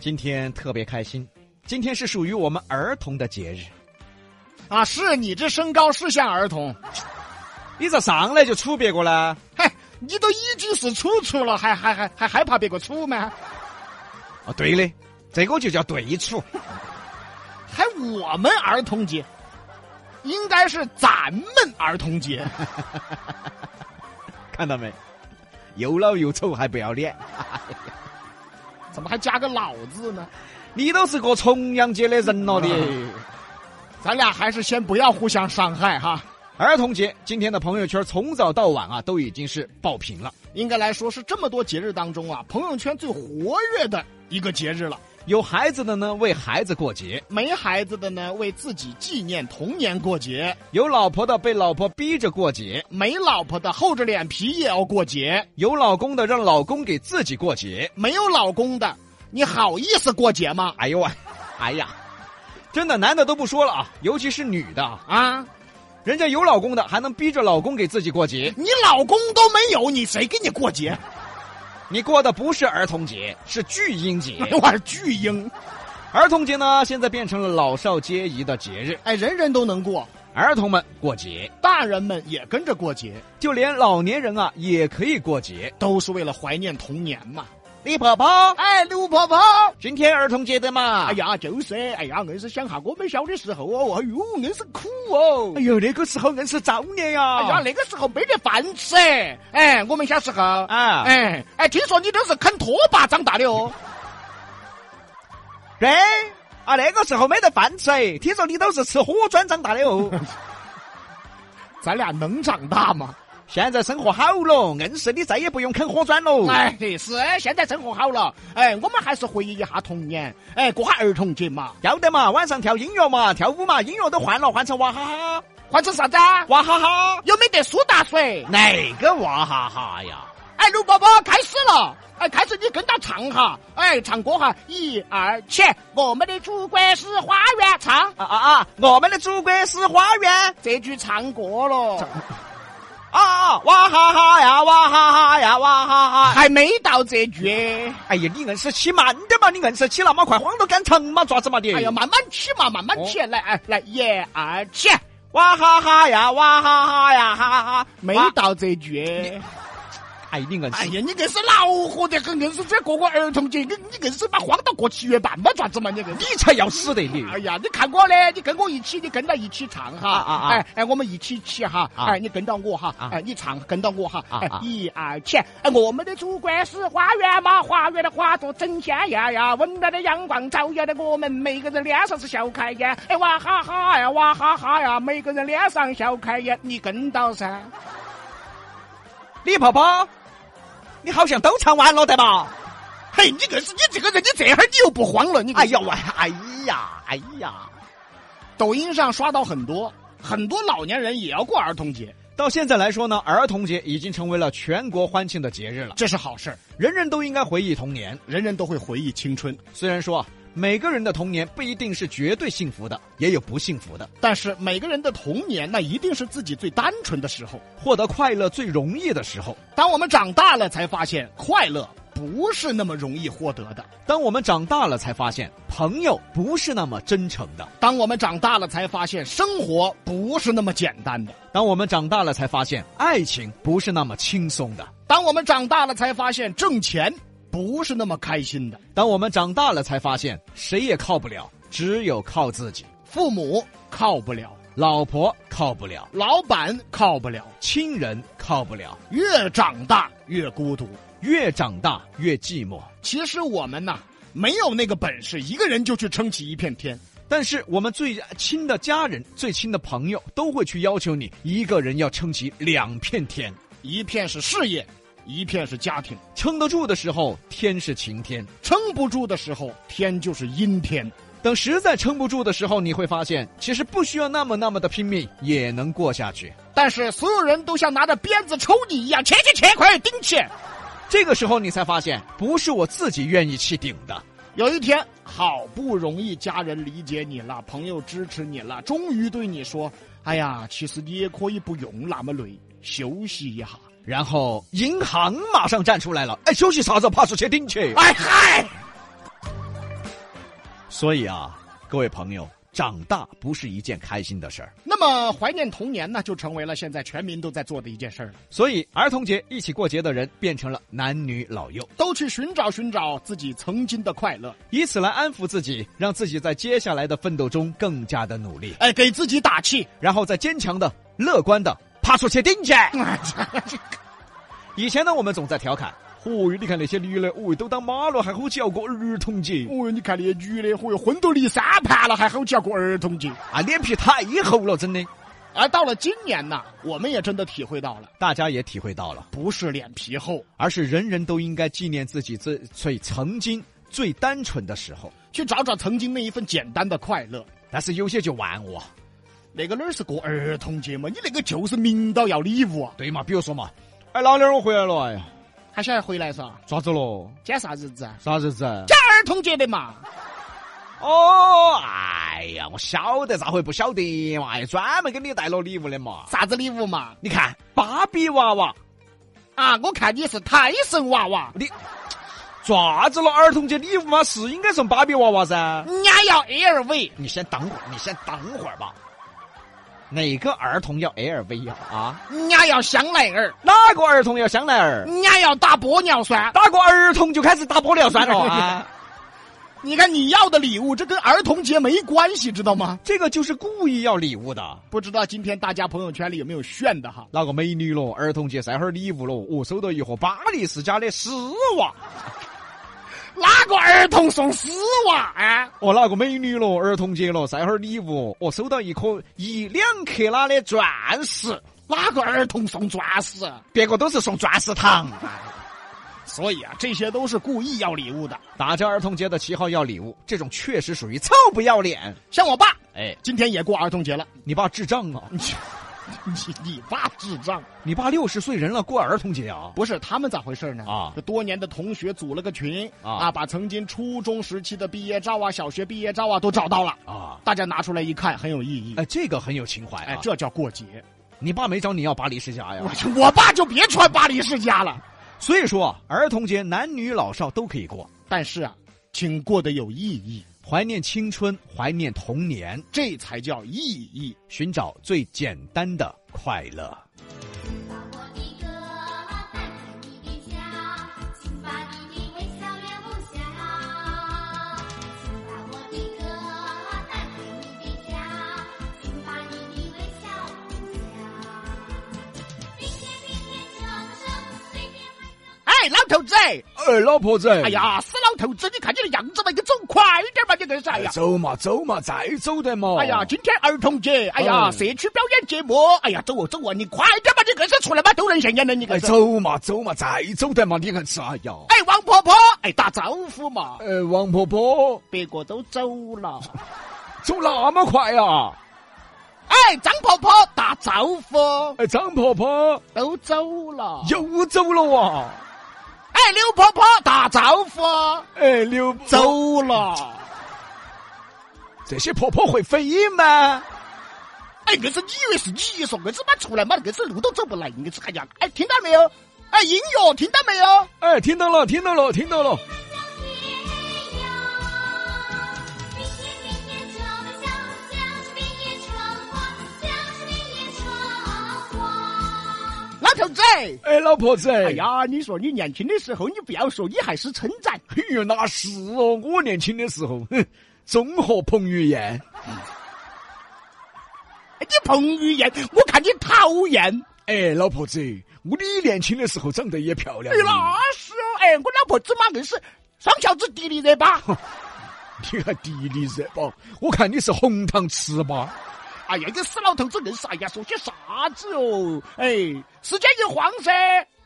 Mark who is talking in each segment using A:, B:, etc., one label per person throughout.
A: 今天特别开心，今天是属于我们儿童的节日。
B: 啊，是你这身高是像儿童，
A: 你咋上来就杵别个呢？
B: 嗨，你都已经是处处了，还还还还害怕别个处吗？
A: 哦，对的，这个就叫对杵。
B: 还我们儿童节，应该是咱们儿童节。
A: 看到没？又老又丑还不要脸，
B: 怎么还加个老字呢？
A: 你都是个重阳节的人了你。
B: 嗯 咱俩还是先不要互相伤害哈。
A: 儿童节今天的朋友圈从早到晚啊都已经是爆屏了，
B: 应该来说是这么多节日当中啊，朋友圈最活跃的一个节日了。
A: 有孩子的呢为孩子过节，
B: 没孩子的呢，为自己纪念童年过节；
A: 有老婆的被老婆逼着过节，
B: 没老婆的厚着脸皮也要过节；
A: 有老公的让老公给自己过节。
B: 没有老公的，你好意思过节吗？
A: 哎呦喂，哎呀，真的男的都不说了啊，尤其是女的啊，
B: 啊，
A: 人家有老公的还能逼着老公给自己过节，
B: 你老公都没有，你谁跟你过 节？
A: 你过的不是儿童节，是巨婴 节。
B: 哎我是巨婴，
A: 儿童节呢，现在变成了老少皆宜的节日，
B: 哎，人人都能过，
A: 儿童们过节，
B: 大人们也跟着过节，
A: 就连老年人啊也可以过节。
B: 都是为了怀念童年嘛。
A: 李婆婆，
B: 哎，陆婆婆，
A: 今天儿童节的嘛？
B: 哎呀，就是，哎呀，硬是想下我们小的时候哦，哎呦，硬是苦哦。
A: 哎呦，那个时候硬是造孽呀！
B: 哎呀，那个时候没得饭吃，哎，我们小时候，
A: 啊
B: 哎哎，听说你都是啃拖把长大的哦，
A: 对啊，那个时候没得饭吃，听说你都是吃火砖长大的 哦。
B: 咱俩能长大吗？
A: 现在生活好了，硬是你再也不用啃火砖喽。
B: 哎，是，现在生活好了，哎，我们还是回忆一下童年，哎，过下儿童节嘛，
A: 要得嘛，晚上跳音乐嘛，跳舞嘛，音乐都换了，换成娃哈哈，
B: 换成啥子啊？
A: 娃哈哈。
B: 有没得苏打水？
A: 哪个娃哈哈呀？
B: 哎，卢伯伯开始了，哎，开始你跟他唱哈，哎，唱歌哈，一二起，我们的祖国是花园，唱
A: 啊啊啊！我们的祖国是花园
B: 这句唱过了，
A: 啊啊！娃哈哈呀，娃哈哈呀，娃哈哈！
B: 还没到这句。
A: 哎呀，你硬是起慢点嘛，你硬是起那么快，慌都赶长嘛，爪子嘛的。
B: 哎呀，慢慢起嘛，慢慢起，来，哎，来，一二起，
A: 娃哈哈呀，娃哈哈呀，哈哈！
B: 没
A: 哇
B: 到这句。
A: 哎，你硬
B: 哎
A: 是。
B: 呀，你硬是恼火得很，硬是这过个儿童节，你你硬是把荒岛过七月半嘛，爪子嘛，你硬
A: 你
B: 是。
A: 才要死的你！
B: 哎呀，你看我嘞，你跟我一起，你跟到一起唱哈，
A: 啊啊啊
B: 哎哎，我们一起起哈，
A: 啊
B: 哎，你跟到我哈，
A: 啊
B: 哎，你唱跟到我哈，
A: 啊
B: 哎
A: 啊，
B: 一二起，哎，我们的祖国是花园嘛，花园的花朵真鲜艳呀，温暖的阳光照耀的我们，每个人脸上是笑开颜，哎哇哈哈呀，哇哈哈呀，每个人脸上笑开颜，你跟到噻。
A: 李婆婆，你好像都唱完了对吧？
B: 嘿，你硬是你这个人，你这会儿你又不慌了，你
A: 哎
B: 哎
A: 呀
B: 呀
A: 喂，哎呀，哎呀！
B: 抖音上刷到很多很多老年人也要过儿童节，
A: 到现在来说呢，儿童节已经成为了全国欢庆的节日了，
B: 这是好事儿，
A: 人人都应该回忆童年。
B: 人人都会回忆青春，
A: 虽然说啊，每个人的童年不一定是绝对幸福的，也有不幸福的。
B: 但是每个人的童年那一定是自己最单纯的时候。
A: 获得快乐最容易的时候，
B: 当我们长大了，才发现快乐不是那么容易获得的；
A: 当我们长大了才发现，朋友不是那么真诚的；
B: 当我们长大了，才发现生活不是那么简单的；
A: 当我们长大了才发现，爱情不是那么轻松的；
B: 当我们长大了，才发现挣钱不是那么开心的。
A: 当我们长大了才发现，谁也靠不了，只有靠自己。
B: 父母靠不了，
A: 老婆靠不了，
B: 老板靠不了，
A: 亲人靠不了，
B: 越长大越孤独。
A: 越长大越寂寞。
B: 其实我们呐、没有那个本事，一个人就去撑起一片天。
A: 但是我们最啊亲的家人、最亲的朋友都会去要求你一个人要撑起两片天，
B: 一片是事业，一片是家庭。
A: 撑得住的时候天是晴天，
B: 撑不住的时候，天就是阴天。
A: 等实在撑不住的时候，你会发现其实不需要那么那么的拼命也能过下去。
B: 但是所有人都像拿着鞭子抽你一样，切切切，快顶起！
A: 这个时候你才发现，不是我自己愿意去顶的。
B: 有一天，好不容易家人理解你了，朋友支持你了，终于对你说：“哎呀，其实你也可以不用那么累，休息一下。
A: 然后哎银行马上站出来了，哎，休息啥子，怕是去顶去。”
B: 哎嗨！
A: 所以啊，各位朋友，长大不是一件开心的事儿。
B: 那么怀念童年呢，就成为了现在全民都在做的一件事儿了，
A: 所以儿童节一起过节的人变成了男女老幼，
B: 都去寻找寻找自己曾经的快乐，
A: 以此来安抚自己，让自己在接下来的奋斗中更加的努力，
B: 哎，给自己打气。
A: 然后再坚强的、乐观的爬出去顶去。以前呢，我们总在调侃。哦哟，你看那些女的，哦哟，都当妈了，还吼起要过儿童节
B: 哦，你看那些女的，嚯哟，婚都离三盘了，还吼叫过儿童节。
A: 啊，脸皮太厚了，真的。
B: 而到了今年呢，我们也真的体会到了，
A: 大家也体会到了，
B: 不是脸皮厚，
A: 而是人人都应该纪念自己最最曾经最单纯的时候。
B: 去找找曾经那一份简单的快乐。
A: 但是有些就玩我，
B: 那个哪儿是过儿童节嘛？你那个就是明到要礼物啊！
A: 对嘛？比如说嘛，哎，老娘儿我回来了，哎呀，
B: 他现在回来是吧？
A: 咋子了？
B: 今天啥日子啊？
A: 啥日子？
B: 今儿儿童节的嘛。
A: 哦，哎呀，我晓得，咋会不晓得嘛？哎，专门给你带了礼物的嘛。
B: 啥子礼物嘛？
A: 你看，芭比娃娃，
B: 啊，我看你是胎神娃娃，
A: 你爪子了？儿童节礼物嘛，是应该送芭比娃娃噻。
B: 人家要 LV，
A: 你先等会儿，你先等会儿吧。哪个儿童要 LV 呀、啊？
B: 人家要香奈儿，
A: 哪个儿童要香奈儿？
B: 人家要打玻尿酸。
A: 打个儿童就开始打玻尿酸了 啊！
B: 你看你要的礼物，这跟儿童节没关系，知道吗？
A: 这个就是故意要礼物的。
B: 不知道今天大家朋友圈里有没有炫的哈？
A: 哪个美女咯？儿童节晒哈儿礼物咯？哦，收到一盒巴黎世家的丝袜。
B: 哪个儿童送丝袜？哎，
A: 哦，哪个美女咯？儿童节咯，晒哈儿礼物。哦，收到一颗一两克拉的钻石，
B: 哪个儿童送钻石？
A: 别个都是送钻石糖。
B: 所以啊，这些都是故意要礼物的。
A: 打着儿童节的旗号要礼物，这种确实属于臭不要脸。
B: 像我爸
A: 哎，
B: 今天也过儿童节了，
A: 你爸智障啊！
B: 你你你爸智障！
A: 你爸六十岁人了，过儿童节啊？
B: 不是他们咋回事呢？
A: 啊
B: 这多年的同学组了个群
A: 啊
B: 把曾经初中时期的毕业照啊、小学毕业照啊都找到了，
A: 啊，
B: 大家拿出来一看，很有意义。
A: 哎，这个很有情怀啊！
B: 哎，这叫过节！
A: 你爸没找你要巴黎世家呀
B: 我？就我爸就别穿巴黎世家了。
A: 所以说，儿童节男女老少都可以过，
B: 但是啊，请过得有意义，
A: 怀念青春，怀念童年，
B: 这才叫意义。
A: 寻找最简单的快乐。
C: 把我的歌带回你的家，请把你的微笑留下。请把我的歌带回你的家，请把你的微笑留下。明天，明天这个生，每天每天。
B: 哎，老头子！
A: 哎，老婆子，
B: 哎
A: 哎，
B: 呀，死老头子！你看你的样子嘛，你走快点嘛，你干啥呀？
A: 走嘛走嘛，再走的嘛。
B: 哎呀，今天儿童节，哎呀，
A: 嗯
B: 社区表演节目，哎呀，走啊走啊，你快点吧，你硬是出来嘛，丢人现眼的，你硬是。
A: 走嘛走嘛，再走的嘛，你看是哎呀。
B: 哎，王婆婆，哎，打招呼嘛，
A: 呃，王婆婆
B: 别个都走了。
A: 走那么快呀、
B: 哎，张婆婆，打招呼，
A: 哎，张婆婆
B: 都走了。
A: 又走了啊！
B: 哎，刘婆婆，打招呼，
A: 哎，刘婆
B: 走了。
A: 这些婆婆会飞吗？
B: 哎，硬是你以为是你说，硬是妈出来嘛，硬是路都走不来，硬是哎呀，哎，听到没有？哎，音乐听到没有？
A: 哎，听到了，听到了，听到了。
C: 天呀，明天明天这个像像是毕业春花，像是毕业春花。
B: 老头子，
A: 哎，老婆子，
B: 哎，呀，你说你年轻的时候，你不要说，你还是称赞。
A: 哎呦，那是哦，我年轻的时候，哼，综合彭于晏，
B: 哎你彭于晏，我看你讨厌。
A: 哎，老婆子，我你年轻的时候长得也漂亮
B: 哎，，那是哦，哎，我老婆子嘛硬是双翘子迪丽热 巴。
A: 你还迪丽热巴，我看你是红糖糍粑。
B: 哎呀，这死老头子硬是哎呀，说些啥子哦？哎，时间一晃噻，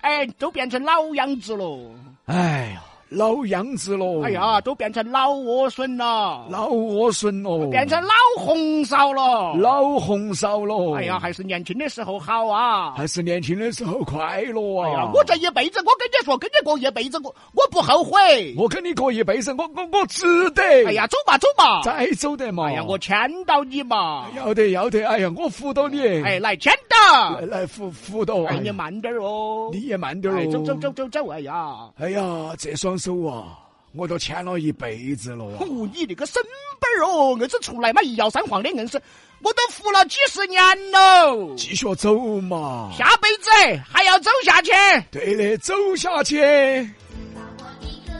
B: 哎，都变成老样子了。
A: 哎呀，老样子喽，
B: 哎，呀，都变成老莴笋了，
A: 老莴笋哦，
B: 变成老红烧了。
A: 老红烧喽。
B: 哎呀，还是年轻的时候好啊！
A: 还是年轻的时候快乐
B: 哎
A: 啊！
B: 呀，我这一辈子，我跟你说，跟你过一辈子，我我不后悔。
A: 我跟你过一辈子，我我我值得。
B: 哎呀，走吧走吧，
A: 再走得嘛。
B: 哎呀，我牵到你嘛，
A: 要得要得，哎呀，我扶到你。
B: 哎，来牵到
A: 哎来，来扶扶到。
B: 哎，你慢点儿哦，
A: 你也慢点儿
B: 哎
A: 哦。
B: 走走走。走走，哎呀，
A: 哎呀，这双手啊，我都签了一辈子了啊。
B: 哦，你那个身板儿哦，硬是出来嘛一摇三晃的，硬是我都服了几十年喽。
A: 继续走嘛。
B: 下辈子还要走下去。
A: 对的，走下去。
C: 请把我的歌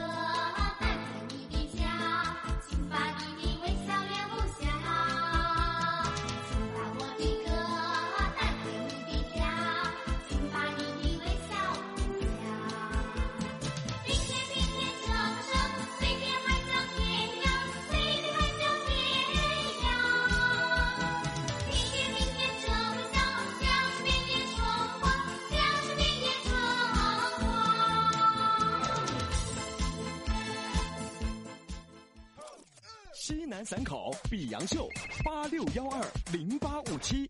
C: 带回你的家，请把你的微笑留下。请把我的歌带回你的家，请把你的微笑留下。明天，明天叫声，明天还叫绵羊，明天还叫绵羊。明天，明天这个笑，像是明天说话，像是明天说话。
D: 西南散口毕杨秀，八六幺二零八五七。